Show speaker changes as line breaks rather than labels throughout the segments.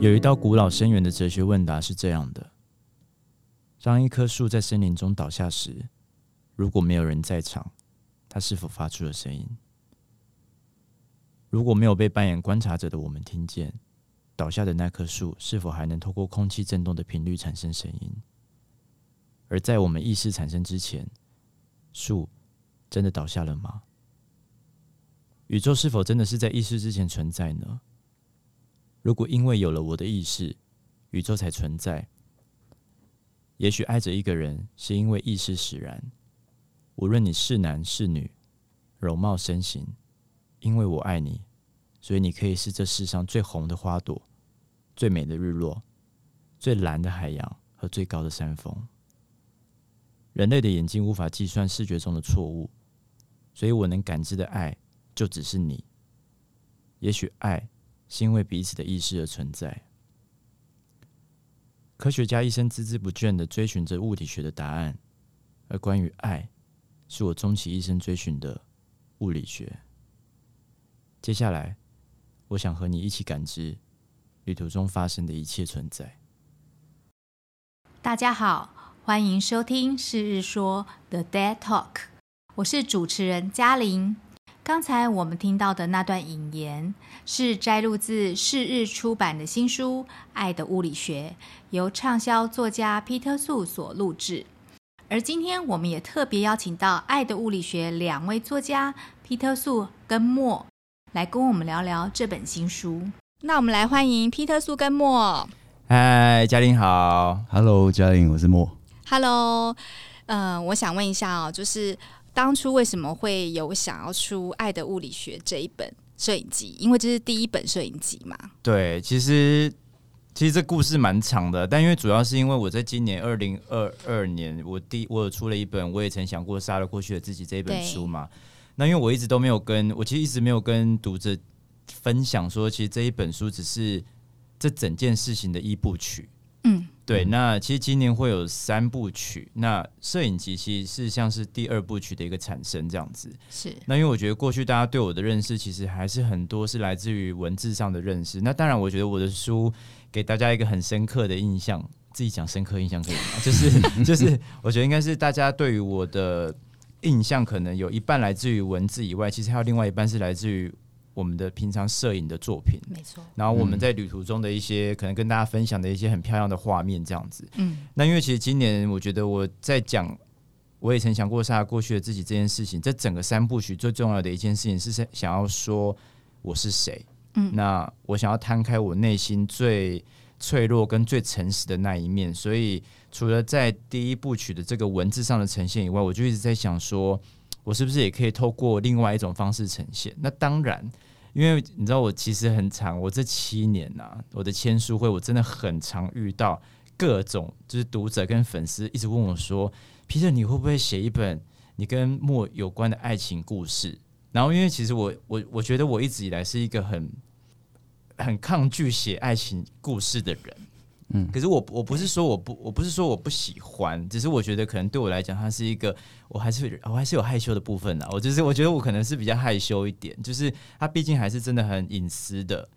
有一道古老深远的哲学问答是这样的：当一棵树在森林中倒下时，如果没有人在场，它是否发出了声音？如果没有被扮演观察者的我们听见，倒下的那棵树是否还能透过空气振动的频率产生声音？而在我们意识产生之前，树真的倒下了吗？宇宙是否真的是在意识之前存在呢？如果因为有了我的意识，宇宙才存在，也许爱着一个人是因为意识使然。无论你是男是女，容貌身形，因为我爱你，所以你可以是这世上最红的花朵、最美的日落、最蓝的海洋和最高的山峰。人类的眼睛无法计算视觉中的错误，所以我能感知的爱就只是你。也许爱是因为彼此的意识而存在。科学家一生孜孜不倦的追寻着物理学的答案，而关于爱，是我终其一生追寻的物理学。接下来，我想和你一起感知旅途中发生的一切存在。
大家好，欢迎收听《是日说》The Dead Talk，我是主持人嘉玲。刚才我们听到的那段引言是摘录自是日出版的新书《爱的物理学》，由畅销作家 Peter Su 所录制。而今天我们也特别邀请到《爱的物理学》两位作家 Peter Su 跟莫来跟我们聊聊这本新书。
那我们来欢迎皮特苏跟莫。
嗨，嘉玲好。
Hello，嘉颖，我是莫。
Hello，呃，我想问一下哦，就是当初为什么会有想要出《爱的物理学》这一本摄影集？因为这是第一本摄影集嘛。
对，其实其实这故事蛮长的，但因为主要是因为我在今年二零二二年，我第我有出了一本，我也曾想过杀了过去的自己这一本
对
书嘛。那因为我一直都没有跟我其实一直没有跟读者分享说，其实这一本书只是这整件事情的一部曲。
嗯，
对，那其实今年会有三部曲，那摄影集其实是像是第二部曲的一个产生这样子。
是
那因为我觉得过去大家对我的认识，其实还是很多是来自于文字上的认识。那当然，我觉得我的书给大家一个很深刻的印象，自己讲深刻印象可以吗？ 就是就是，我觉得应该是大家对于我的印象，可能有一半来自于文字以外，其实还有另外一半是来自于我们的平常摄影的作品。
没错。
然后我们在旅途中的一些、可能跟大家分享的一些很漂亮的画面，这样子。
嗯，
那因为其实今年我觉得我在讲，我也曾想过杀过去的自己这件事情，这整个三部曲最重要的一件事情是想想要说我是谁，
嗯
那我想要摊开我内心最脆弱跟最诚实的那一面，所以除了在第一部曲的这个文字上的呈现以外，我就一直在想说，我是不是也可以透过另外一种方式呈现？那当然。因为你知道，我其实很长，我这七年呐、我的签书会，我真的很常遇到各种就是读者跟粉丝一直问我说：“皮特，你会不会写一本你跟莫有关的爱情故事？”然后，因为其实我我我觉得我一直以来是一个很很抗拒写爱情故事的人，嗯，可是我我不是说我不我不是说我不喜欢，只是我觉得可能对我来讲，它是一个我还是我还是有害羞的部分啦。我就是我觉得我可能是比较害羞一点，就是它毕竟还是真的很隐私的。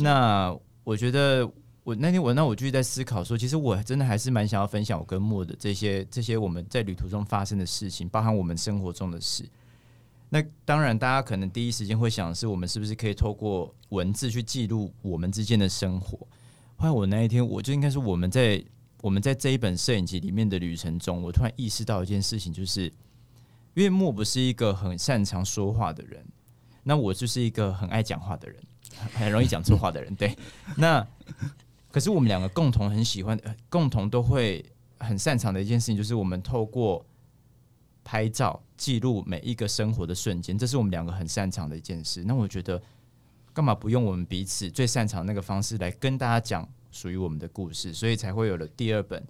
那我觉得我那天我那我就在思考说，其实我真的还是蛮想要分享我跟莫的这些这些我们在旅途中发生的事情，包含我们生活中的事。那当然，大家可能第一时间会想的是，我们是不是可以透过文字去记录我们之间的生活？后来我那一天，我就应该是我们在我们在这一本摄影集里面的旅程中，我突然意识到一件事情，就是因为莫不是一个很擅长说话的人，那我就是一个很爱讲话的人，很容易讲错话的人。对，那可是我们两个共同很喜欢，呃共同都会很擅长的一件事情，就是我们透过拍照记录每一个生活的瞬间，这是我们两个很擅长的一件事。那我觉得，干嘛不用我们彼此最擅长的那个方式来跟大家讲属于我们的故事？所以才会有了第二本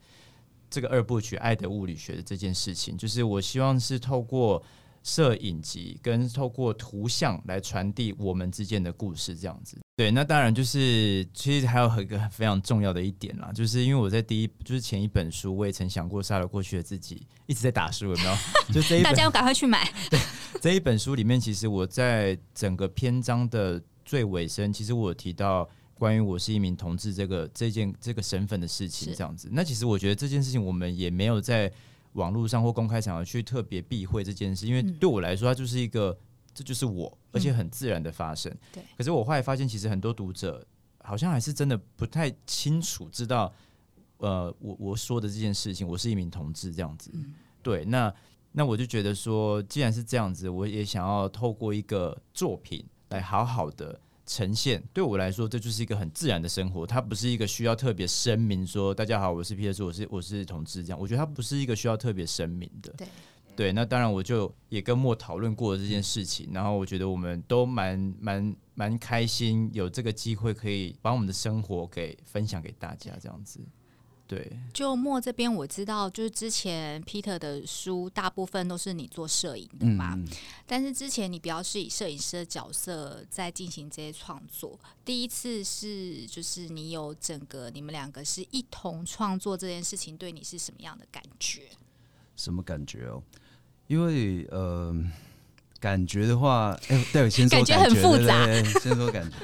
这个二部曲《爱的物理学》的这件事情。就是我希望是透过摄影集跟透过图像来传递我们之间的故事，这样子。对，那当然就是，其实还有一个非常重要的一点啦，就是因为我在第一，就是前一本书，我也曾想过杀了过去的自己，一直在打书，有没有？就这一
大
本
家要赶快去买。
这一本书里面，其实我在整个篇章的最尾声，其实我有提到关于我是一名同志这个这件这个身份的事情
是
这样子。那其实我觉得这件事情我们也没有在网络上或公开场合去特别避讳这件事，因为
嗯
对我来说，它就是一个这就是我，而且很自然的发生。
对
可是我后来发现，其实很多读者好像还是真的不太清楚知道，呃，我我说的这件事情，我是一名同志这样子。
嗯
对，那那我就觉得说，既然是这样子，我也想要透过一个作品来好好的呈现。对我来说，这就是一个很自然的生活，它不是一个需要特别声明说“大家好，我是 P.S. 我是我是同志”这样。我觉得它不是一个需要特别声明的。
对
对，那当然我就也跟莫讨论过这件事情，然后我觉得我们都蛮蛮蛮开心，有这个机会可以把我们的生活给分享给大家，这样子。对，
就莫这边我知道，就是之前 Peter 的书大部分都是你做摄影的
嗯
嘛，
嗯
但是之前你比较是以摄影师的角色在进行这些创作。第一次是就是你有整个你们两个是一同创作这件事情，对你是什么样的感觉？
什么感觉哦？因为呃，感觉的话，哎、待会先说
感觉很复杂
对对对先说 感觉。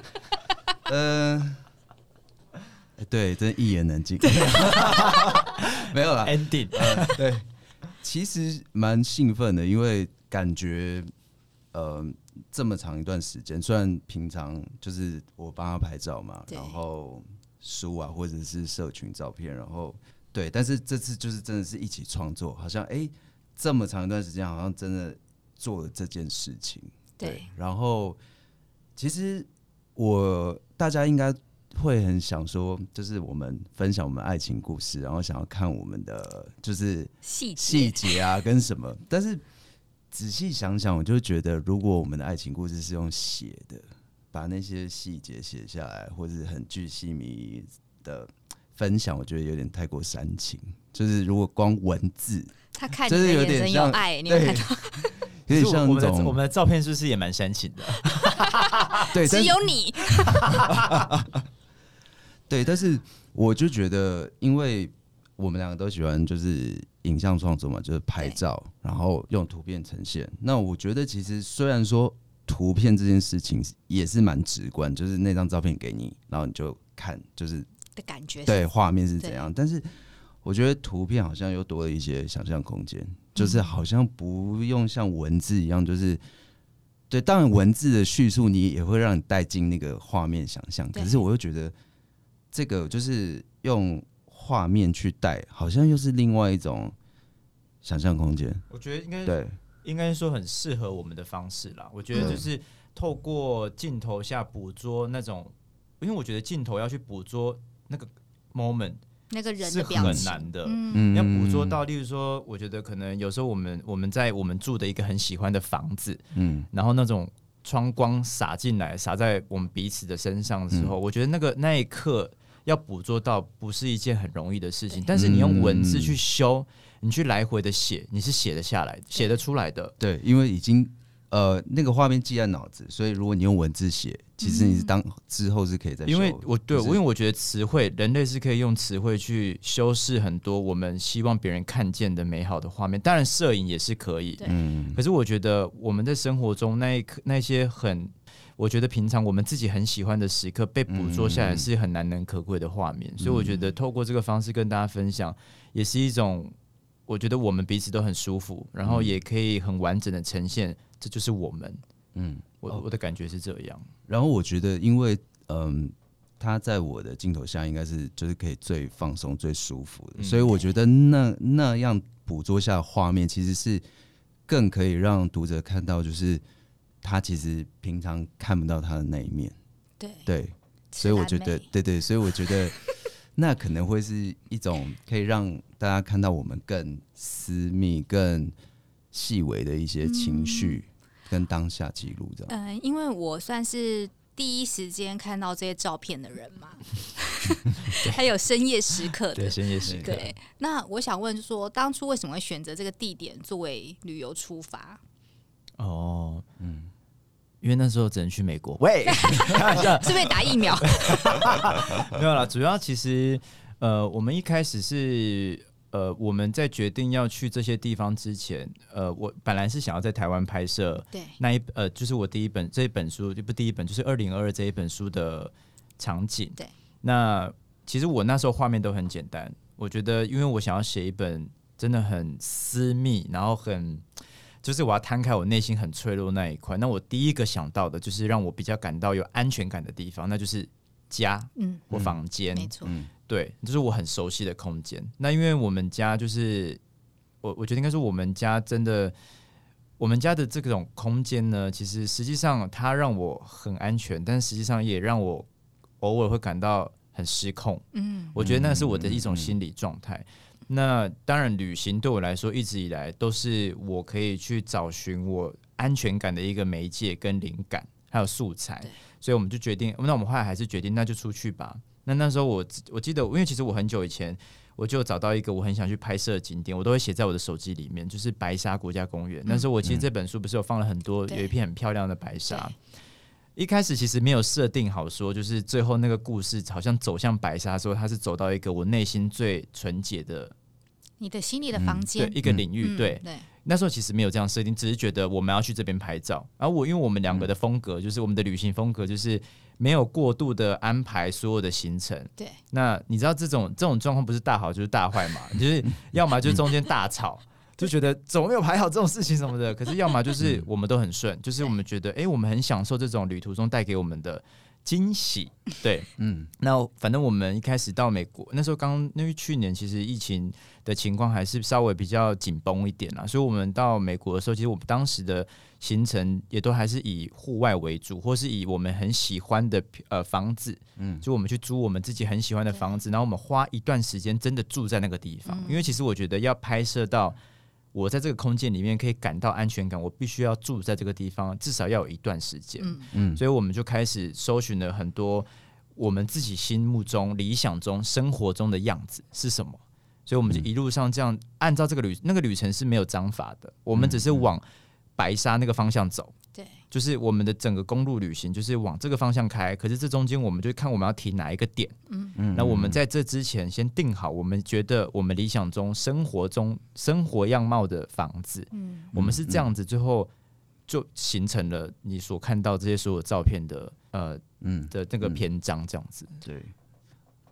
呃，哎对，真一言 难尽。没有啦，
ending，
对，其实蛮兴奋的，因为感觉呃这么长一段时间，虽然平常就是我帮他拍照嘛，
对
然后书啊或者是社群照片，然后对，但是这次就是真的是一起创作，好像哎、这么长一段时间，好像真的做了这件事情。
对，
然后其实我大家应该会很想说，就是我们分享我们爱情故事，然后想要看我们的就是
细
细
节
节啊跟什么，但是仔细想想，我就觉得如果我们的爱情故事是用写的，把那些细节写下来，或是很具细迷的分享，我觉得有点太过煽情。就是如果光文字，
他看你
就是有
的眼
点
神有
像
爱，你有
对
看到，
有点像
我
那
们的我
种
们的照片是不是也蛮煽情的？
对，但
只
是
有你
对，但是我就觉得，因为我们两个都喜欢就是影像创作嘛，就是拍照，然后用图片呈现。那我觉得其实虽然说图片这件事情也是蛮直观，就是那张照片给你，然后你就看，就是
的感觉是
对画面是怎样，但是我觉得图片好像又多了一些想象空间，就是好像不用像文字一样，就是对，当然文字的叙述你也会让你带进那个画面想象，
对
可是我又觉得这个就是用画面去带，好像又是另外一种想象空间，
我觉得应该
对，
应该说很适合我们的方式啦。我觉得就是透过镜头下捕捉那种，因为我觉得镜头要去捕捉那个 moment
那个人
是
的表
很
情，
难的。
嗯，
嗯
要捕捉，到，例如说，我觉得可能有时候我们我们在我们住的一个很喜欢的房子，
嗯，
然后那种窗光洒进来，洒在我们彼此的身上的时
嗯
候，我觉得那个那一刻要捕捉到，不是一件很容易的事情。但是你用文
嗯
字去修，你去来回的写，你是写得下来、写得出来的。
对，因为已经。呃，那个画面记在脑子，所以如果你用文字写，其实你是当、之后是可以再修，
因为我对
就
我，因
是
为我觉得词汇，人类是可以用词汇去修饰很多我们希望别人看见的美好的画面。当然，摄影也是可以
对。
嗯，
可是我觉得我们在生活中那一刻那些很，我觉得平常我们自己很喜欢的时刻被捕捉下来
嗯
是很难能可贵的画面。所以我觉得透过这个方式跟大家分享，也是一种我觉得我们彼此都很舒服，然
嗯
后也可以很完整的呈现，这就是我们。嗯，我、我的感觉是这样。
然后我觉得，因为嗯，他在我的镜头下应该是就是可以最放松、最舒服的，所以我觉得那那样捕捉下的画面，其实是更可以让读者看到，就是他其实平常看不到他的那一面。
对，
对，所以我
痴
觉得
男美，
对对，所以我觉得那可能会是一种可以让大家看到我们更私密、更细微的一些情绪。跟当下记录这样，
嗯、因为我算是第一时间看到这些照片的人 嘛，还有深夜时刻的。
深夜时
刻
对，那我想问说，当初为什么会选择这个地点作为旅游出发？
哦，嗯，因为那时候只能去美国。喂，开玩
呃
笑，
是不是打疫 苗？
没有啦，主要其实呃，我们一开始是呃，我们在决定要去这些地方之前，呃，我本来是想要在台湾拍摄
对，
那一呃，就是我第一本这一本书，就不第一本，就是二零二二这一本书的场景。
对，
那其实我那时候画面都很简单，我觉得因为我想要写一本真的很私密，然后很就是我要摊开我内心很脆弱那一块。那我第一个想到的就是让我比较感到有安全感的地方，那就是家
嗯，
或房间。
没错，
嗯
对，就是我很熟悉的空间。那因为我们家就是我，我觉得应该说我们家真的，我们家的这种空间呢，其实实际上它让我很安全，但实际上也让我偶尔会感到很失控。
嗯，
我觉得那是我的一种心理状态。那当然，旅行对我来说一直以来都是我可以去找寻我安全感的一个媒介跟灵感，还有素材
对。
所以我们就决定，那我们后来还是决定，那就出去吧。那那时候我我记得，因为其实我很久以前我就找到一个我很想去拍摄的景点，我都会写在我的手机里面，就是白沙国家公园。那时候我其实这本书不是有放了很多，
嗯对
有一片很漂亮的白沙
对。
一开始其实没有设定好说，就是最后那个故事好像走向白沙的时候，它是走到一个我内心最纯洁的
你的心里的房
对
间，
一个领域。
嗯
对，
对，
那时候其实没有这样设定，只是觉得我们要去这边拍照。然后我因为我们两个的风格，就是我们的旅行风格，就是没有过度的安排所有的行程。
对，
那你知道这种这种状况不是大好就是大坏嘛？就是要么就是中间大吵，就觉得怎么没有排好这种事情什么的。可是要么就是我们都很顺，就是我们觉得哎、诶我们很享受这种旅途中带给我们的惊喜。对，
嗯，
那反正我们一开始到美国那时候刚，因为去年其实疫情的情况还是稍微比较紧绷一点啦，所以我们到美国的时候，其实我们当时的行程也都还是以户外为主，或是以我们很喜欢的呃房子，嗯，就我们去租我们自己很喜欢的房子，然后我们花一段时间真的住在那个地方，因为其实我觉得要拍摄到。我在这个空间里面可以感到安全感，我必须要住在这个地方，至少要有一段时间。
嗯
嗯
所以我们就开始搜寻了很多我们自己心目中、理想中、生活中的样子是什么。所以我们就一路上这样，按照这个旅那个旅程是没有章法的，我们只是往白沙那个方向走。
对，
就是我们的整个公路旅行，就是往这个方向开。可是这中间，我们就看我们要停哪一个点。嗯，那我们在这之前先定好，我们觉得我们理想中生活中生活样貌的房子，
嗯，
我们是这样子，最后就形成了你所看到这些所有照片的呃
嗯，
的那个篇章，这样子。
对，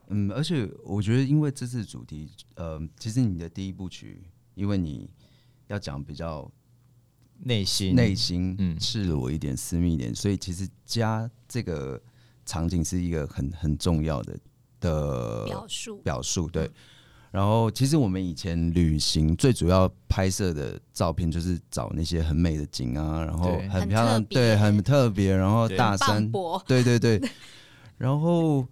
嗯，而且我觉得，因为这次主题，呃，其实你的第一部曲，因为你要讲比较
内心
内心
嗯
赤裸一点、私密一点，所以其实家这个场景是一个很很重要的的
表述，
表述，呃对。然后，其实我们以前旅行最主要拍摄的照片，就是找那些很美的景啊，然后
对
很漂亮，
很特别
对，很特别，然后
对
大山
磅礴，
对对对，然后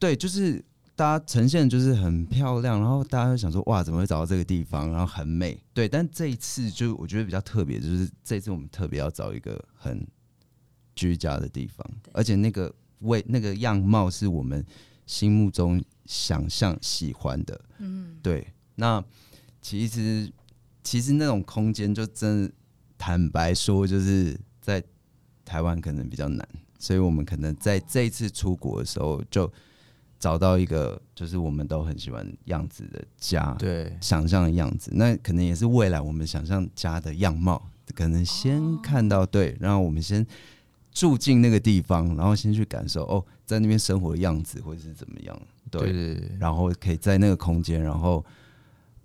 对，就是大家呈现就是很漂亮，然后大家会想说哇，怎么会找到这个地方，然后很美，对。但这一次就我觉得比较特别，就是这次我们特别要找一个很居家的地方，而且那个味那个样貌是我们心目中想象喜欢的，嗯，对。那其实其实那种空间就真的坦白说，就是在台湾可能比较难。所以我们可能在这一次出国的时候，就找到一个就是我们都很喜欢样子的家，，
对
想象的样子。那可能也是未来我们想象家的样貌，可能先看到、对，然后我们先住进那个地方，然后先去感受哦，在那边生活的样子或者是怎么样，对，
对对对
然后可以在那个空间，然后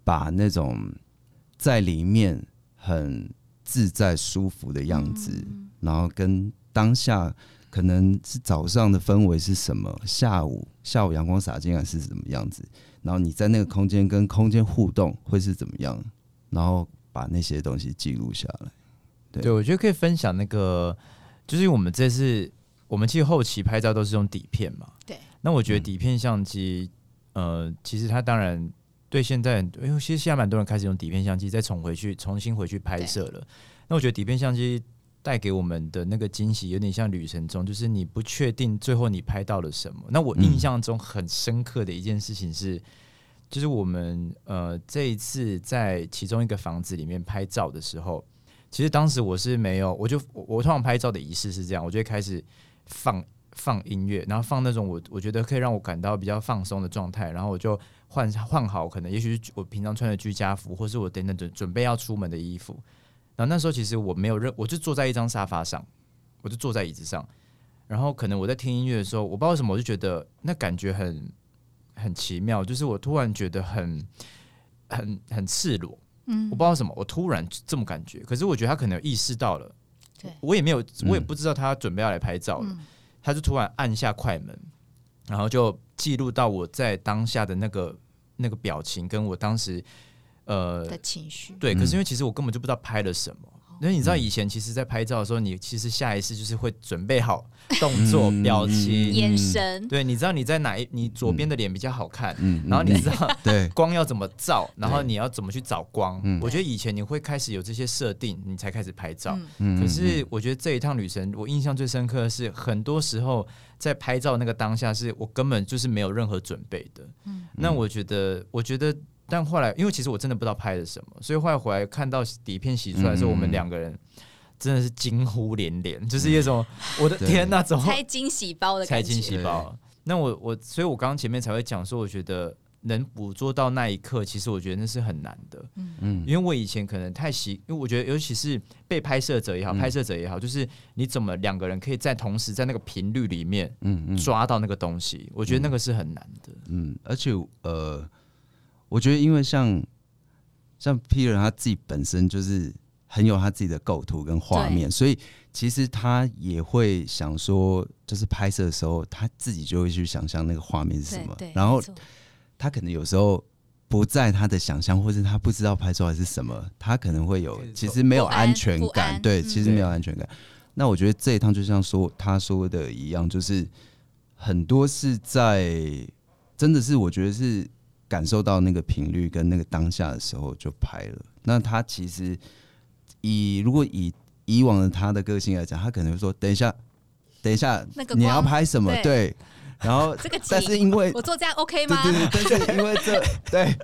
把那种在里面很自在舒服的样子，然后跟当下可能是早上的氛围是什么，下午下午阳光洒进来是什么样子，然后你在那个空间跟空间互动会是怎么样，然后把那些东西记录下来。对
对，我觉得可以分享那个，就是因为我们这次我们其实后期拍照都是用底片嘛。
对。
那我觉得底片相机，呃，其实它当然对现在很，因为其实现在蛮多人开始用底片相机再重回去重新回去拍摄了。那我觉得底片相机带给我们的那个惊喜，有点像旅程中，就是你不确定最后你拍到了什么。那我印象中很深刻的一件事情是。就是我们呃这一次在其中一个房子里面拍照的时候，其实当时我是没有，我就我我通常拍照的仪式是这样，我就会开始放放音乐，然后放那种我我觉得可以让我感到比较放松的状态，然后我就换换好可能也许是我平常穿的居家服，或是我等等准准备要出门的衣服。然后那时候其实我没有任，我就坐在一张沙发上，我就坐在椅子上，然后可能我在听音乐的时候，我不知道为什么，我就觉得那感觉很很奇妙，就是我突然觉得很很很赤裸，
嗯
我不知道为什么，我突然这么感觉。可是我觉得他可能有意识到了，
对
我也没有，我也不知道他准备要来拍照了，他就突然按下快门，然后就记录到我在当下的那个那个表情，跟我当时呃
的情绪，
对，
嗯
可是因为其实我根本就不知道拍了什么。因为你知道以前其实，在拍照的时候，你其实下意识就是会准备好动作、
嗯
表情，
眼神，
对，你知道你在哪一，你左边的脸比较好看，
嗯，嗯
然后你
嗯
知道
对
光要怎么照，然后你要怎么去找光。
嗯
我觉得以前你会开始有这些设定，你才开始拍照。
嗯
嗯
可是我觉得这一趟旅程，我印象最深刻的是，很多时候在拍照那个当下，是我根本就是没有任何准备的。
嗯
那我觉得，我觉得，但后来因为其实我真的不知道拍了什么，所以后来回来看到底片洗出来的时候，
嗯嗯嗯嗯
我们两个人真的是惊呼连连，就是一种我的
对
天呐，
哦
怎么
拆惊喜包的
才
感觉，
惊喜包？那我我，所以我刚刚前面才会讲说，我觉得能捕捉到那一刻，其实我觉得那是很难的。
嗯
因为我以前可能太习，因为我觉得尤其是被拍摄者也好，
嗯
拍摄者也好，就是你怎么两个人可以在同时在那个频率里面
嗯嗯
抓到那个东西，我觉得那个是很难的。
嗯，而且呃，我觉得因为像像 Peter 他自己本身就是很有他自己的构图跟画面，所以其实他也会想说，就是拍摄的时候他自己就会去想象那个画面是什
对
么
对，，
然后
没错
他可能有时候。不在他的想象，或是他不知道拍出来是什么，他可能会有
对
其实没有
不安
安全
不
感，
安
对，
嗯
其实没有安全感。那我觉得这一趟就像说他说的一样，就是很多是在真的是我觉得是感受到那个频率跟那个当下的时候就拍了。那他其实以如果以以往的他的个性来讲，他可能会说等一下，等一下，
那个
你要
光
拍什么？
对
对，然后
这个景
但是因为
我做这样 OK 吗？
哎对对对，但是因为 这对，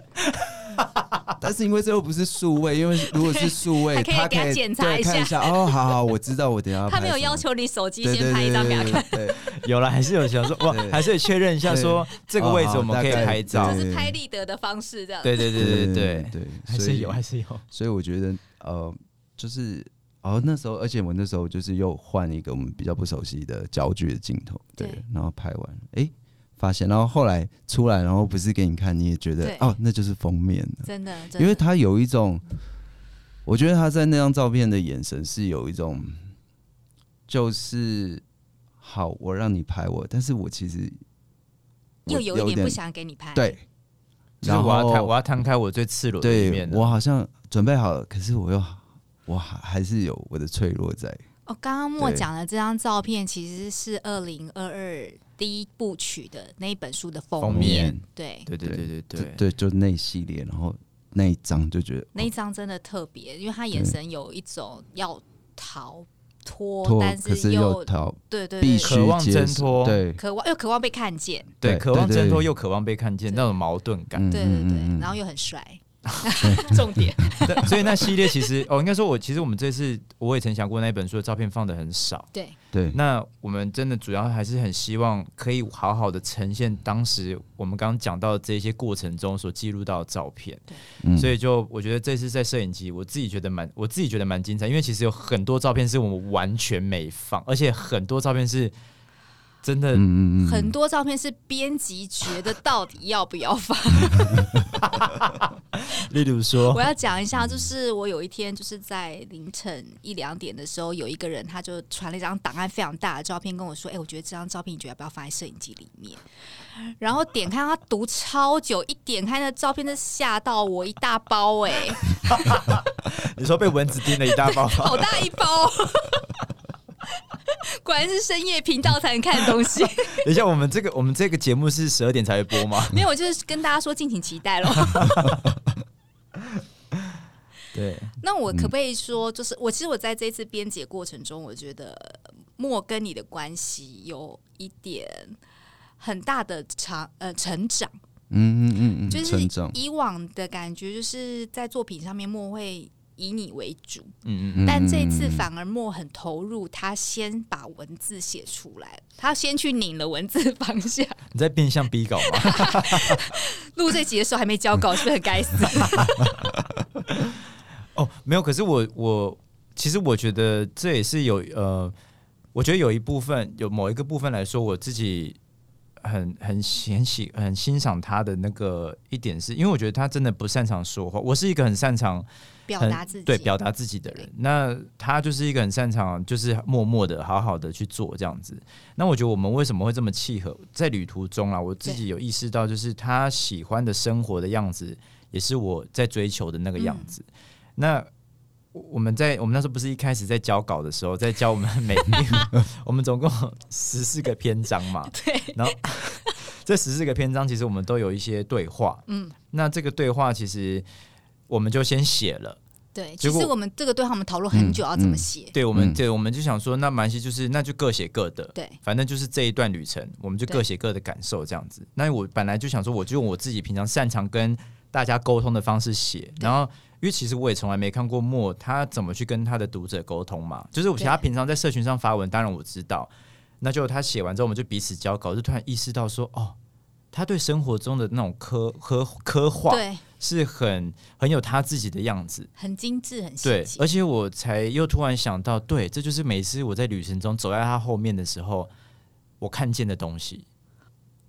但是因为这又不是数位，因为如果是数位，
还可以
他
给他
可以
检查
对
一下
看一下。哦，好好，我知道，我等一下要
他没有
拍什么
要求你手机
对对
先拍一张给他看，
对对对
有了，还是有想 说，哇，
对
还是得确认一下
对
说这个位置我们可以
哦大概
拍照
就。
对
是拍立得的方式这样。
对对对对对对，
对，
还
所
是
以
有还是有。
所以我觉得呃，就是哦那时候，而且我那时候就是又换一个我们比较不熟悉的焦距的镜头，对，
对
然后拍完，哎、发现，然后后来出来，然后不是给你看，你也觉得
对
哦，那就是封面了，
真的，真的，
因为他有一种，我觉得他在那张照片的眼神是有一种，就是好，我让你拍我，但是我其实我
又有一点
点
不想给你拍，
对，
就是
然后
我要摊我要摊开我最赤裸的一
对
面啊了。
我好像准备好了，可是我又我还还是有我的脆弱在。
哦，刚刚莫
对
讲的这张照片其实是二零二二第一部曲的那一本书的封
封面
对，
对对对对
就
对，
对，就那一系列，然后那一张就觉得
那一张真的特别，因为他眼神有一种要逃脱，
脱，
但
可是
又
又逃，
对对
必
对，
须
渴望
接
挣
受
脱
对，
渴望又渴望被看见，
对，
对
渴望
对对
挣脱又渴望被看见，那种矛盾感。
嗯
对对
嗯嗯
对，
嗯
然后又很 帅， 重点
对所以那系列其实，哦，应该说我其实我们这次我也曾想过那本书的照片放的很少。
对
对，
那我们真的主要还是很希望可以好好的呈现当时我们刚刚讲到的这些过程中所记录到的照片，
嗯
所以就我觉得这次在摄影机，我自己觉得蛮我自己觉得蛮精彩，因为其实有很多照片是我们完全没放，而且很多照片是真的
嗯嗯嗯，
很多照片是编辑觉得到底要不要发。
例如说
我，要讲一下，就是我有一天就是在凌晨一两点的时候，有一个人他就传了一张档案非常大的照片跟我说：“哎、我觉得这张照片你觉得要不要放在摄影机里面？”然后点开他读超久，一点开那照片就吓到我一大包哎、
你说被蚊子叮了一大包，
好大一包。 果然是深夜频道才能看的东西，
等一下我们这个我们这个节目是十二点才会播 吗？
没有，我就是跟大家说敬请期待喽。
对，
那我
嗯
可不可以说，就是我其实我在这次编辑的过程中，我觉得莫跟你的关系有一点很大的长呃成长，
嗯嗯嗯嗯，
就是
成长，
以往的感觉就是在作品上面莫会以你为主，
嗯嗯嗯，
嗯
但这次反而莫很投入，他先把文字写出来，他先去拧了文字方向。
你在变相逼稿吗？
录这集的时候还没交稿，是不是很该死？
嗯哦，没有，可是我我其实我觉得这也是有呃，我觉得有一部分，有某一个部分来说，我自己很很喜很喜很欣赏他的那个一点是，因为我觉得他真的不擅长说话。我是一个很擅长
表
很
达自 己，
对表达自己的人
对，
那他就是一个很擅长，就是默默的、好好的去做这样子。那我觉得我们为什么会这么契合？在旅途中啊，我自己有意识到，就是他喜欢的生活的样子，也是我在追求的那个样子。
嗯
那我我们在我们那时候不是一开始在交稿的时候，在教我们每 天，我们总共十四个篇章嘛，
对，
然后 这十四个篇章其实我们都有一些对话，嗯，那这个对话其实我们就先写了。
对，
结
其
果嗯
实我们这个对话我们讨论很久要怎么写，
对，我们、
嗯
对，我们就想说，那蛮西就是那就各写各的，
对，
反正就是这一段旅程，我们就
对
各写各的感受这样子。那我本来就想说，我就用我自己平常擅长跟大家沟通的方式写，然后因为其实我也从来没看过莫他怎么去跟他的读者沟通嘛，就是我其
对
他平常在社群上发文，当然我知道，那就他写完之后，我们就彼此交稿，就突然意识到说，哦，他对生活中的那种刻刻刻画
对，
是很很有他自己的样子。
很精致，很细
对，
节
而，且我才又突然想到，对，这就是每次我在旅程中走在他后面的时候，我看见的东西，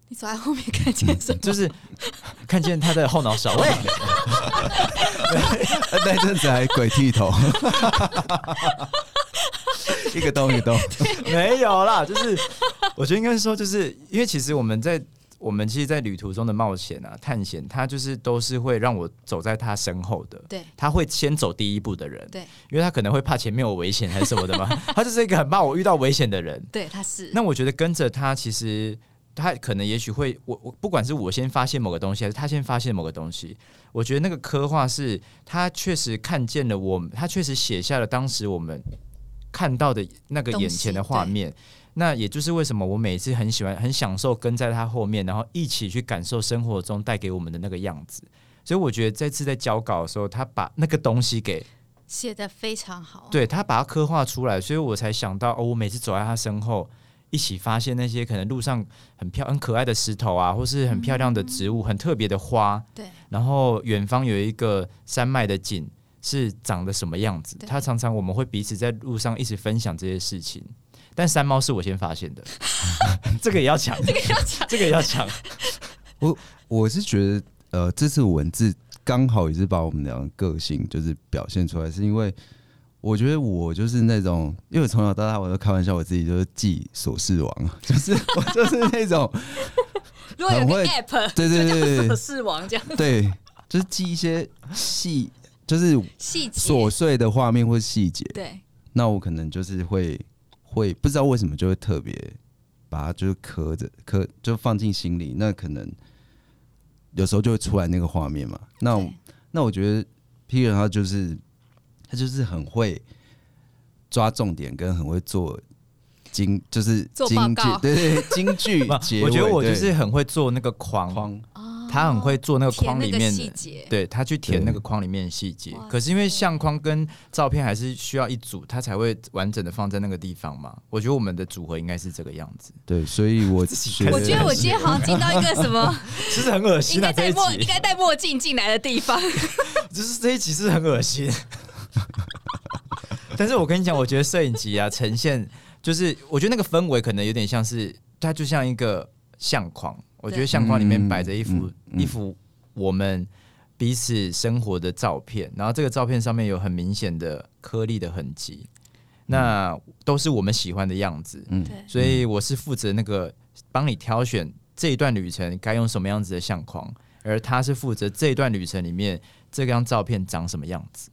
你走在后面看见什么？
嗯就是 看见他的后脑勺。喂，
那阵子还鬼剃头， 一个洞一个洞，
没有啦，就是我觉得应该是说，就是因为其实我们在我们其实，在旅途中的冒险啊、探险，它就是都是会让我走在他身后的。
对
他会先走第一步的人，
对
因为他可能会怕前面有危险还是什么的嘛。 他就是一个很怕我遇到危险的人，
对，他是
那我觉得跟着他，其实他可能也许会，我我不管是我先发现某个东西，还是他先发现某个东西，我觉得那个刻画是他确实看见了我们，他确实写下了当时我们看到的那个眼前的画面。那也就是为什么我每次很喜欢、很享受跟在他后面，然后一起去感受生活中带给我们的那个样子。所以我觉得这次在交稿的时候，他把那个东西给
写的非常好，
对他把它刻画出来，所以我才想到哦，我每次走在他身后，一起发现那些可能路上很漂很可爱的石头啊，或是很漂亮的植物、很特别的花，
对
然后远方有一个山脉的景是长得什么样子。
对
他常常我们会彼此在路上一起分享这些事情。但山猫是我先发现的， 这个也要讲， 这个要讲，这个也要讲。
我是觉得，呃，这次文字刚好也是把我们两个个性就是表现出来，是因为我觉得我就是那种，因为我从小到大我都开玩笑，我自己就是记琐事王，啊就是我就是那种，
如果有
很
个
会
app，
对对对对
就叫
对
视网这样
对，就是记一些细，就是
细节，
琐碎的画面或细节，
对
那我可能就是会会不知道为什么就会特别把它就是刻着刻就放进心里，那可能有时候就会出来那个画面嘛。那我
对
那我觉得 Peter 他就是他就是很会抓重点，跟很会做精就是
做报
京剧
告
对对对京 剧 结尾。
我觉得我就
对
是很会做那个框，
框
他很会做那个
哦填
框
那
里
个
面的
细节，
对他去填
对
那个框里面的细节
哇，
可是因为相框跟照片还是需要一组，它才会完整的放在那个地方嘛。我觉得我们的组合应该是这个样子，
对，所以 我
己
觉
开始
得
哦我觉得我今天好像进到一个什么
其实很恶
应
心啊！这一
该戴墨应
集，
该戴墨镜进来的地方，
就是这一集是很恶心。 但是我跟你讲，我觉得摄影集啊，呈现就是我觉得那个氛围可能有点像是它就像一个相框，我觉得相框里面摆着一幅
嗯嗯嗯
一幅我们彼此生活的照片，然后这个照片上面有很明显的颗粒的痕迹，那都是我们喜欢的样子。
嗯
对
所以我是负责那个帮你挑选这一段旅程该用什么样子的相框，而他是负责这一段旅程里面这张照片长什么样子。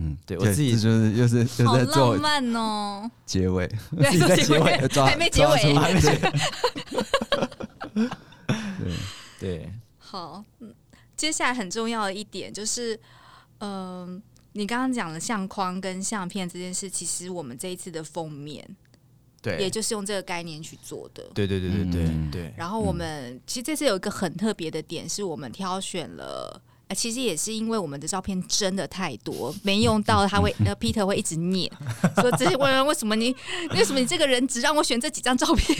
嗯，
对我自己
这就是又是又
好
在
浪
做
漫哦！
结尾，
对
己在结
做
尾
抓
还没结
抓出
尾，
来
对，
好，嗯，接下来很重要的一点就是，嗯、你刚刚讲的相框跟相片这件事，其实我们这一次的封面，
对，
也就是用这个概念去做的。
对对对对对
嗯
对，
然后我们、其实这次有一个很特别的点，是我们挑选了。呃其实也是因为我们的照片真的太多，没用到他
嗯
会呃 Peter 会一直念说这些为为什么你为什么你这个人只让我选这几张照片，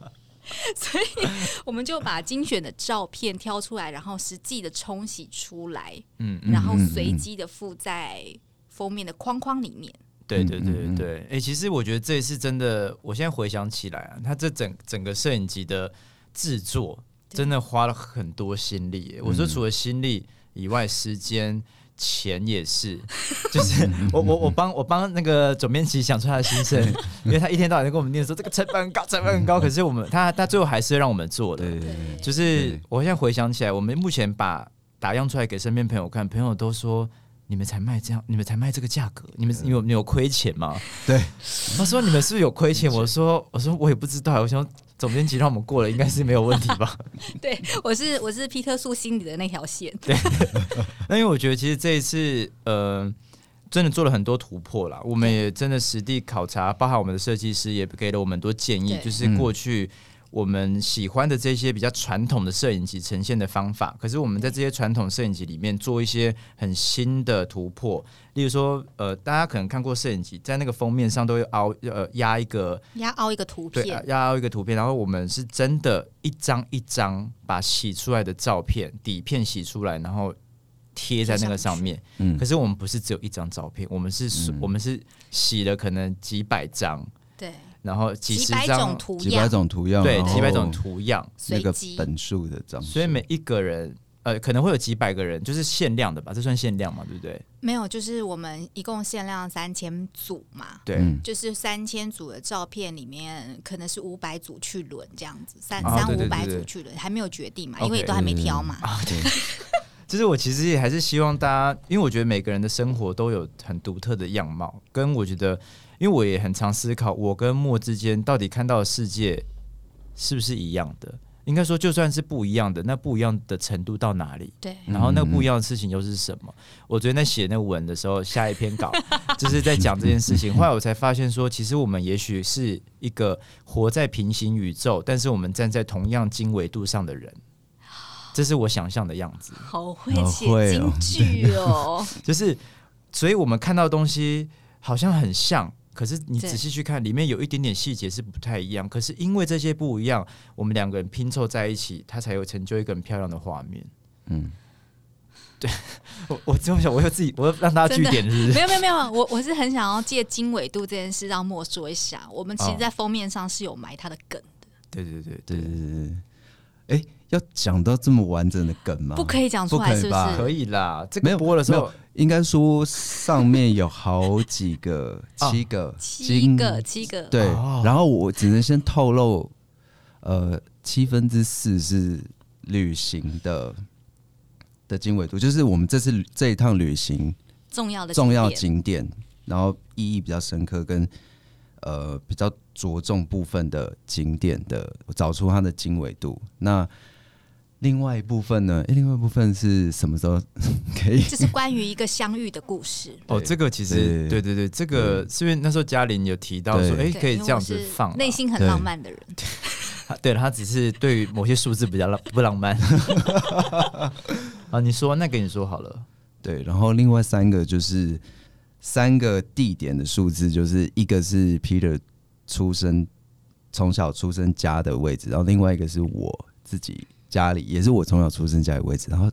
所以我们就把精选的照片挑出来，然后实际的冲洗出来，
嗯嗯，
然后随机的附在封面的框框里面。
对
嗯
对
嗯
对对
嗯
对，哎、其实我觉得这一次真的，我现在回想起来啊，他这整整个摄影集的制作真的花了很多心力耶。我
嗯
说除了心力以外，时间。钱也是， 就是我我我帮我帮那个总编辑想出他的心声，因为他一天到晚在跟我们念说这个成本很高，成本很高，可是我们他他最后还是让我们做的，
嗯对对对，
对，
就是
对
我现在回想起来，我们目前把打样出来给身边朋友看，朋友都说。你们才卖这样，你们才卖这个价格，你们你有你有亏钱吗？
对，
他说你们是不是有亏钱？我说我说我也不知道，我想总编辑让我们过了，应该是没有问题吧？
对我是我是皮克苏心里的那条线，
那因为我觉得其实这一次，呃，真的做了很多突破啦。我们也真的实地考察，包含我们的设计师也给了我们很多建议
对，
就是过去我们喜欢的这些比较传统的摄影集呈现的方法，可是我们在这些传统摄影集里面做一些很新的突破。例如说，呃，大家可能看过摄影集，在那个封面上都会凹呃压一个
你要凹一个图
对，啊
片，
要一个图片，然后我们是真的一张一张把洗出来的照片底片洗出来，然后贴在那个上面。
嗯
可是我们不是只有一张照片，我们
嗯
是、我们是洗了可能几百张，
对，
然后几
几
十
百种
张，
图
嗯几百
样，
种图样，
对，
然后
几百种图样，
那
随
个
机，
本数的张数，
所以每一个人。呃，可能会有几百个人，就是限量的吧，这算限量嘛，对不对？
没有，就是我们一共限量三千组嘛。
对，
嗯
就是三千组的照片里面，可能是五百组去轮这样子，三
啊
三
对对
五
对
百
对
组去轮，还没有决定嘛，
OK，
因为都还
嗯
没挑嘛。
对
就是我其实也还是希望大家，因为我觉得每个人的生活都有很独特的样貌，跟我觉得，因为我也很常思考，我跟莫之间到底看到的世界是不是一样的？应该说，就算是不一样的，那不一样的程度到哪里？
对，
嗯
然后那个不一样的事情又是什么？我昨天在写那个文的时候，下一篇稿就是在讲这件事情。后来我才发现说，其实我们也许是一个活在平行宇宙，但是我们站在同样经纬度上的人，这是我想象的样子。
好会
好
写
会哦
京剧 哦，
就是，所以我们看到的东西好像很像，可是你
对
仔细去看，里面有一点点细节是不太一样。可是因为这些不一样，我们两个人拼凑在一起，它才有成就一个很漂亮的画面。
嗯，
我我这么想，我又自己，我又让大家
真
据
的
点，是 不是？
没有没有没有，我我是很想要借经纬度这件事让莫说一下。我们其
啊
实，
哦
在封面上是有埋他的梗，
对对对
对对对对，哎，要讲到这么完整的梗吗？
不可以讲出来，
啊不可以
是不
吧
可
是？
以啦。这
没
个
有
播的时
没
候
有，应该说上面有好几 个，
哦
七个，
七
经
个，七个，
对
哦，
然后我只能先透露，呃，七分之四是旅行的的经纬度，就是我们这次这一趟旅行
重要的
重要
景
景点，然后意义比较深刻跟呃比较着重部分的景点的，我找出它的经纬度。那另外一部分呢？诶另外一部分是什么时候 可以
点，这是关于一个相遇的故事。
哦，这个其实对
对
对对，这个是因为那时候嘉玲有提到说，
对
哎，
对
可以
因为
这样
我
子
是
放啊。
内心很
对
浪漫的人，
他对他只是对于某些数字比较浪不浪 漫。啊，你说那个你说好了。
对，然后另外三个就是三个地点的数字，就是一个是 Peter 出生从小出生家的位置，然后另外一个是我自己家里，也是我从小出生家里位置，然后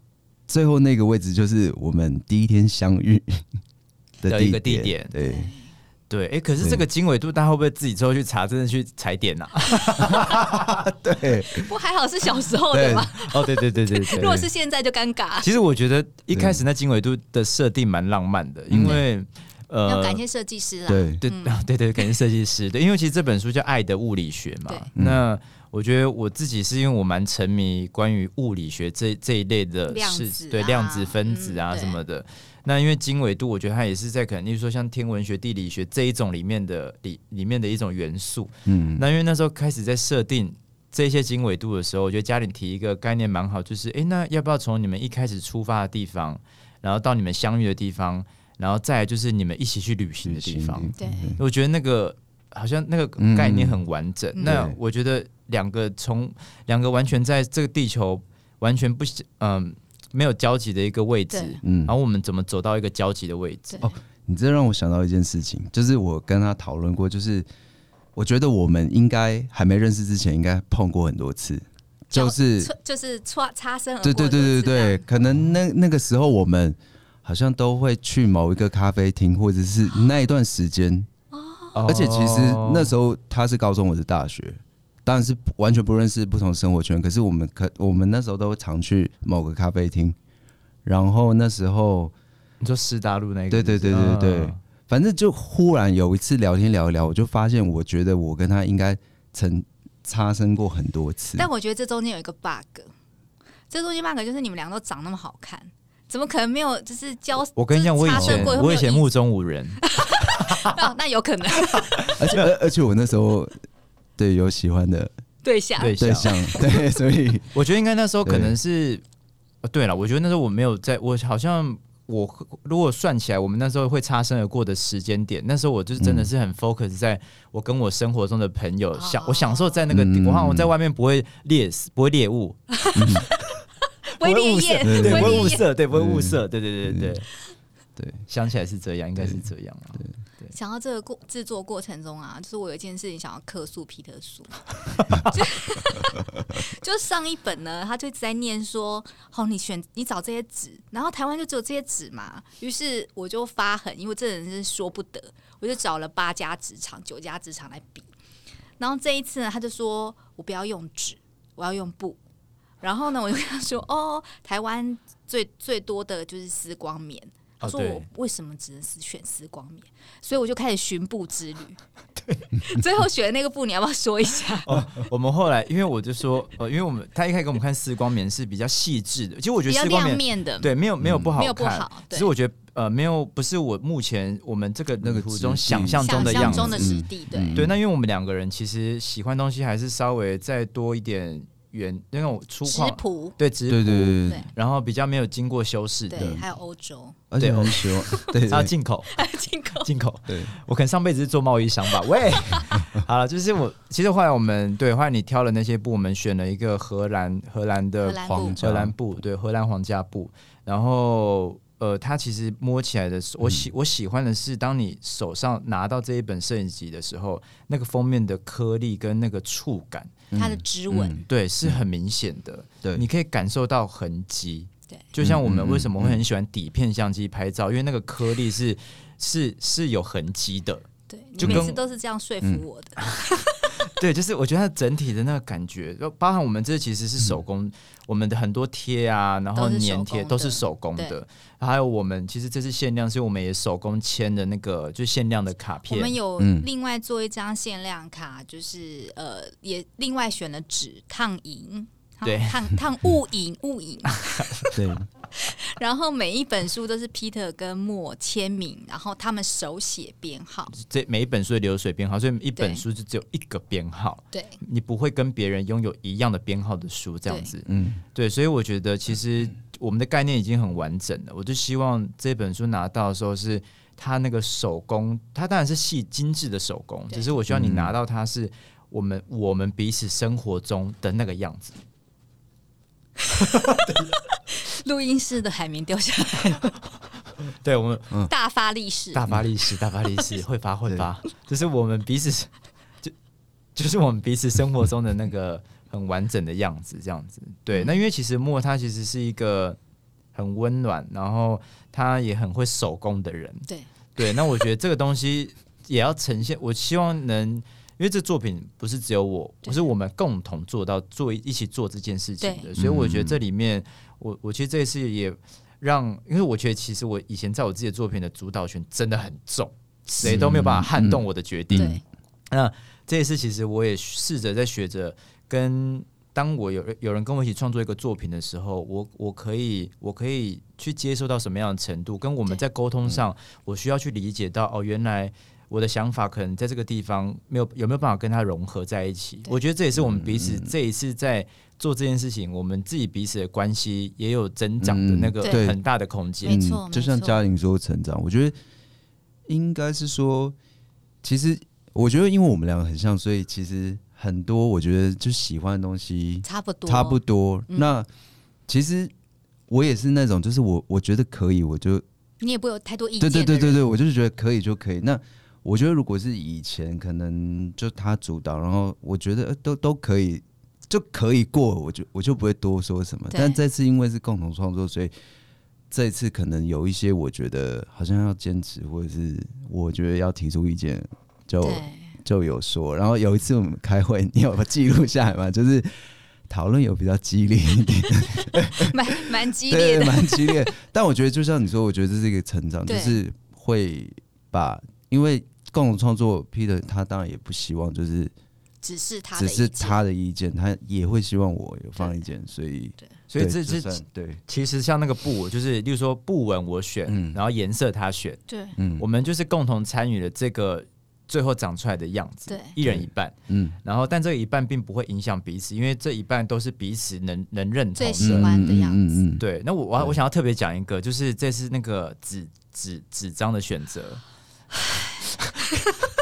最后那个位置就是我们第一天相遇的
的
地
一个地点
对，
对，哎、可是
对
嗯
这个经纬度，大家会不会自己之后去查，真的 去踩点呐、
不还好是小时候的吗？
哦， 对对对对对
如果是现在就尴尬。
其实我觉得一开始那经纬度的设定蛮浪漫
嗯
的，因为、
要
呃，
感谢设计师啦，
对，
对、啊 对对，感谢设计师。对，因为其实这本书叫《爱的物理学》嘛
对。
那我觉得我自己是因为我蛮沉迷关于物理学这这一类的
量
事，
子
对
啊
量子、分子啊
嗯对
什么的。那因为经纬度，我觉得它也是在可能，例如说像天文学、地理学这一种里面的里里面的一种元素。
嗯，
那因为那时候开始在设定这些经纬度的时候，我觉得嘉玲提一个概念蛮好，就是诶，那要不要从你们一开始出发的地方，然后到你们相遇的地方，然后再来就是你们一起去旅行的地方？
对
我觉得那个好像那个概念很完整。
嗯
那
对
我觉得两个从两个完全在这个地球完全不嗯、没有交集的一个位置，
对
嗯
然，后我们怎么走到一个交集的位置？
对
哦你这让我想到一件事情，就是我跟他讨论过，就是我觉得我们应该还没认识之前，应该碰过很多次，
交
就是
错就是擦擦身而过
对
的
对
日子这
对
样，
对对，可能那那个时候我们好像都会去某一个咖啡厅，或者
哦
是那一段时间。而且其实那时候他是高中，我是大学，当然是完全不认识不同生活圈。可是我们可我们那时候都常去某个咖啡厅，然后那时候
你说师大路那个，
对对对对对，
嗯
反正就忽然有一次聊天聊一聊，我就发现我觉得我跟他应该曾擦身过很多次。
但我觉得这中间有一个 bug，这中间 bug 就是你们俩都长那么好看，怎么可能没有就是交？
我跟你讲，我
就是
以
擦身
前
过
我以前
没有
目中无 人，
意哦那那有可 能
而且而而且我那时候对有喜欢的
对象
对
对象，对，所以
我觉得应该那时候可能是，呃对了，我觉得那时候我没有在，我好像我如果算起来，我们那时候会擦身而过的时间点，那时候我就是真的是
嗯
很 focus 在我跟我生活中的朋
哦
友享，我享受在那个地，
嗯
我好像我在外面不会猎不会猎物，不会
威力
物色
叶，
对，不
威
会
力
物
叶。
色，对，不会物色，对对对对对
嗯对，
想起来是这样，应该是这样啊，
想到这个过制作过程中啊，就是我有一件事情想要客诉皮特叔，就就上一本呢，他就一直在念说，哦，你选你找这些纸，然后台湾就只有这些纸嘛，于是我就发狠，因为这人是说不得，我就找了八家纸厂、九家纸厂来比，然后这一次呢，他就说我不要用纸，我要用布。然后呢，我就跟他说：“哦， 台湾最最多的就是丝光棉。”他
哦
说：“我
对
为什么只能是选丝光棉？”所以我就开始巡布之 旅。对，最后选的那个布，你要不要说一下？
我们后来，因为我就说， 呃，因为我们他一开始给我们看四光棉是比较细致的，其实我觉
比
得
较
四光
亮
棉
面的，
对，没有没有不好看，
没有不好对
只是我觉得呃，没有不是我目前我们这个
那个
途
质
中
地
想象中
想
的
象
样
中的
子。
质地，对，
嗯
对，那因为我们两个人其实喜欢东西还是稍微再多一点原那种粗
食
犷，
谱，
对，直
对对对
朴，
对
对
然后比较没有经过修饰的，
对，还有欧 洲
而且很喜欢， 对对
它进口
进口，
进口。
对
我可能上辈子是做贸易商 吧。喂，好了，就是我其实后来我们对后来你挑了那些布，我们选了一个荷兰荷兰
荷
的
兰
黄
布，
家
荷兰布，对，荷兰皇家布。然后呃，它其实摸起来的时候，我喜、我喜欢的是，当你手上拿到这一本摄影集的时候，那个封面的颗粒跟那个触感，
它的织纹，
嗯
对，是很明显的，
对
你可以感受到痕迹。
对
就像我们为什么会很喜欢底片相机拍照，因为那个颗粒是是是有痕迹的。
对你
就
每
跟嗯
次都是这样说服我的，
对，就是我觉得它整体的那个感觉，就包含我们这其实是手工，我们的很多贴啊，然后
嗯都是手
粘贴
工
都是
的
手工
对
的，还有我们其实这次限量，是我们也手工签的那个就限量的卡
我
片
们。有
嗯
另外做一张限量卡，就是呃，也另外选了纸烫银，烫
对
烫 烫雾影雾影，
对，
然后每一本书都是 Peter 跟莫签名，然后他们手写编号，
这每一本书的流水编号，所以一本
对
书就只有一个编号，
对，
你不会跟别人拥有一样的编号的书这样
对
子。
嗯，
对，所以我觉得其实我们的概念已经很完整了。我就希望这本书拿到的时候是它那个手工，它当然是细精致的手工，
对
只是我希望你拿到它是我们、我们彼此生活中的那个样子。
录音室的海绵掉下来，
对我们
大发利是，
嗯大发利是大发利 是会发会发，就是我们彼此就就是我们彼此生活中的那个很完整的样子，这样子。对，
嗯
那因为其实莫他其实是一个很温暖，然后他也很会手工的人。
对
对，那我觉得这个东西也要呈现，我希望能，因为这作品不是只有我，
对
不是我们共同做到做一起做这件事情的，
对
所以我觉得这里面，我我其实这一次也让，因为我觉得其实我以前在我自己的作品的主导权真的很重，谁都没有办法撼动我的决定。
对，
那这一次其实我也试着在学着跟。当我有有人跟我一起创作一个作品的时候，我我可以我可以去接受到什么样的程度，跟我们
对
在沟
嗯
通上，我需要去理解到哦，原来我的想法可能在这个地方没有有没有办法跟它融合在一起。
对
我觉得这也是我们彼
嗯
此这一次在做这件事情，我们自己彼此的关系也有增长的那个
嗯
对
很大的空间
没。错
嗯，就像
没错
嘉玲说成长，我觉得应该是说，其实我觉得因为我们两个很像，所以其实很多我觉得就喜欢的东西
差不多，
差不多。嗯那其实我也是那种，就是我我觉得可以，我就
你也不会有太多意见
对
的
对
人，
对对对，我就是觉得可以就可以。那我觉得如果是以前，可能就他主导，然后我觉得呃都都可以，就可以过，我就我就不会多说什么。
对
但这次因为是共同创作，所以这一次可能有一些我觉得好像要坚持，或者是我觉得要提出意见，就
对，
就有说。然后有一次我们开会，你有记录下来吗？就是讨论有比较激烈一点，
蛮蛮激烈
对，
的，
蛮激烈。 但我觉得就像你说，我觉得这是一个成长，就
对
是会把因为共同创作 Peter 他当然也不希望就是
只是他的
只
意见，
是他的意见，他也会希望我有放意见，所以
所以
对
这
就
这
算对，
其实像那个布，就是例如说布纹我选，
嗯
然后颜色他选，
对
嗯
我们就是共同参与了这个最后长出来的样子，
对
一人一半。
嗯，
然后，但这一半并不会影响彼此，因为这一半都是彼此能能认同
最
的。
喜欢的样子
嗯嗯嗯嗯
对，那我我要
对
我想要特别讲一个，就是这是那个纸纸纸张的选择。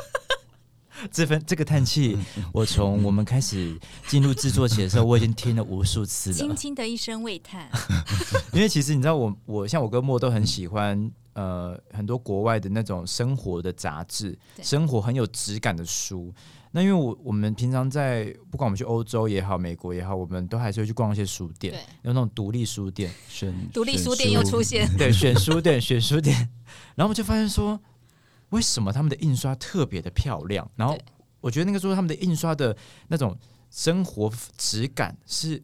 这份这个叹气，
嗯
我从我们开始进入制作期的时候，我已经听了无数次
轻
了。
轻的一声喟 叹，
因为其实你知道我，我像我跟莫都很喜欢呃很多国外的那种生活的杂志，
对
生活很有质感的书。那因为我我们平常在不管我们去欧洲也好，美国也好，我们都还是会去逛一些书店
对，
有那种独立书店，
嗯
选
独立书店又出现，
对，选书店，选书店。然后我们就发现说，为什么他们的印刷特别的漂亮？然后
对
我觉得那个时候他们的印刷的那种生活质感是。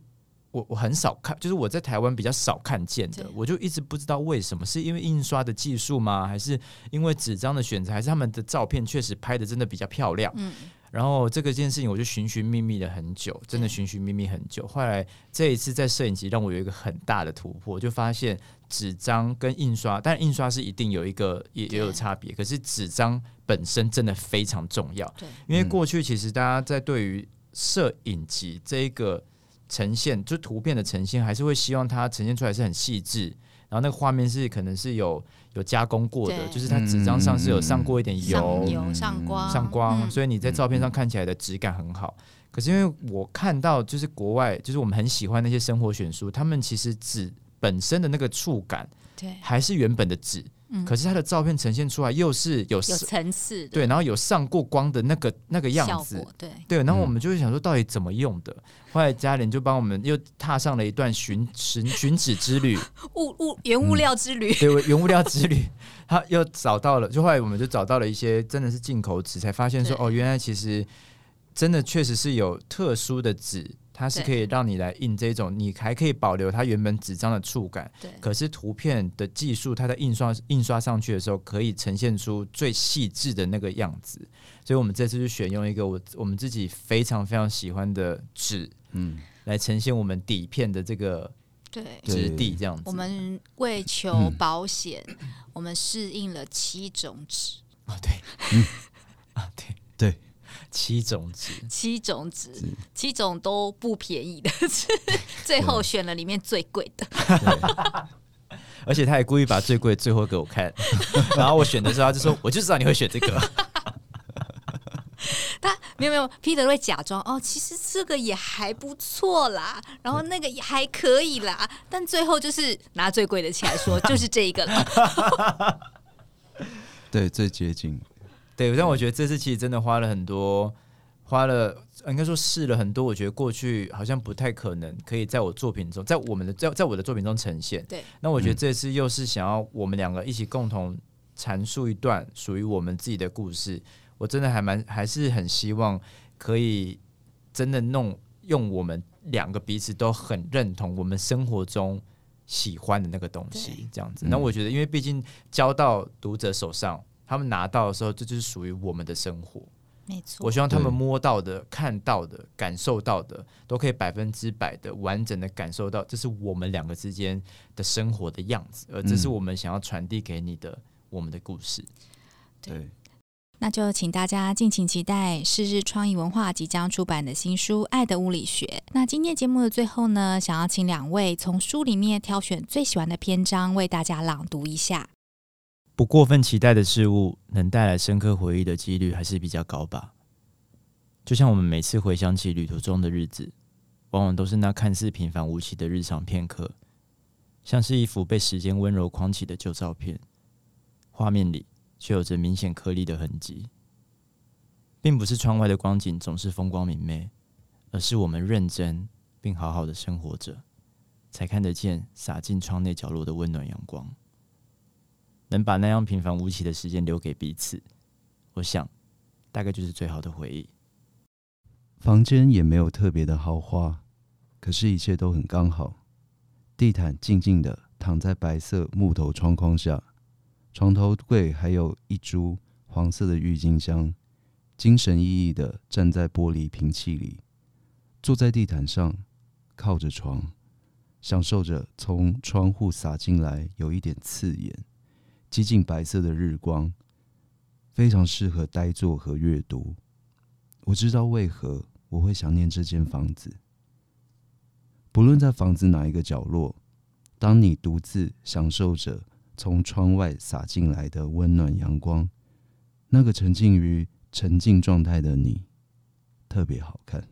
我我很少看，就是我在台湾比较少看见的
对，
我就一直不知道为什么，是因为印刷的技术吗？还是因为纸张的选择？还是他们的照片确实拍的真的比较漂亮？
嗯，
然后这个件事情，我就寻寻觅觅了很久，真的
对
寻寻觅觅很久。后来这一次在摄影集让我有一个很大的突破，就发现纸张跟印刷，但印刷是一定有一个也也
对
有差别，可是纸张本身真的非常重要，
对
因为过去其实大家在对于摄影集这一个呈现，就图片的呈现，还是会希望它呈现出来是很细致。然后那个画面是可能是有有加工过的，
对
就是它纸张上是有上过一点
上油上光
上光，
嗯
所以你在照片上看起来的质感很好。可是因为我看到，就是国外，就是我们很喜欢那些生活选书，他们其实纸本身的那个触感
对，
还是原本的纸，
嗯
可是它的照片呈现出来又是有
有层次的
对，然后有上过光的那个那个样
效
子，
果，对
对，然后我们就会想说，到底怎么用的？后来嘉玲就帮我们又踏上了一段寻寻寻址之旅，
物物原物料之旅，
对，原物料之旅，他又找到了，就后来我们就找到了一些真的是进口纸，才发现说，
对
哦，原来其实真的确实是有特殊的纸，它是
对
可以让你来印这种，你还可以保留它原本纸张的触感，
对
可是图片的技术，它在印刷印刷上去的时候，可以呈现出最细致的那个样子。所以我们这次就选用一个我我们自己非常非常喜欢的纸，嗯，来呈现我们底片的这个
对。
对
质地，这样子。
我们为求保险，
嗯
我们适应了七种纸，
啊，对，啊对
对，
七种纸，
嗯
七种纸，七种都不便宜的纸， 最后选了里面最贵的。
而且他还故意把最贵的最后给我看， 然后我选的时候他就说，我就知道你会选这个。
他没有没有，Peter 会假装哦，其实这个也还不错啦，然后那个也还可以啦，但最后就是拿最贵的起来 说，就是这一个哦了。
对，最接近，
对，但我觉得这次其实真的花了很多，花了应该说试了很多，我觉得过去好像不太可能可以在我作品中，在我们的在在我的作品中呈现。
对，
那我觉得这次又是想要我们两个一起共同阐述一段属于我们自己的故事，我真的还蛮还是很希望可以真的弄用我们两个彼此都很认同我们生活中。喜欢的那个东西，这样子。那我觉得，因为毕竟交到读者手上，他们拿到的时候，这就是属于我们的生活。
没
我
错，
希望他们
对
摸到的、看到的、感受到的，都可以百分之百的完整的感受到，这是我们两个之间的生活的样子，而这是
嗯
我们想要传递给你的。我们的故事，
对
对，
那就请大家敬请期待是日创意文化即将出版的新书《爱的物理学》。那今天节目的最后呢，想要请两位从书里面挑选最喜欢的篇章，为大家朗读一下。
不过分期待的事物能带来深刻回忆的几率还是比较高吧。就像我们每次回想起旅途中的日子，往往都是那看似平凡无奇的日常片刻，像是一幅被时间温柔框起的旧照片，画面里却有着明显颗粒的痕迹。并不是窗外的光景总是风光明媚，而是我们认真并好好的生活着，才看得见洒进窗内角落的温暖阳光。能把那样平凡无奇的时间留给彼此，我想，大概就是最好的回忆。
房间也没有特别的豪华，可是一切都很刚好。地毯静静的躺在白色木头窗框下，床头柜还有一株黄色的郁金香，精神奕奕的站在玻璃瓶器里，坐在地毯上，靠着床，享受着从窗户洒进来有一点刺眼、接近白色的日光，非常适合呆坐和阅读。我知道为何我会想念这间房子。不论在房子哪一个角落，当你独自享受着从窗外洒进来的温暖阳光，那个沉浸于沉浸状态的你，特别好看。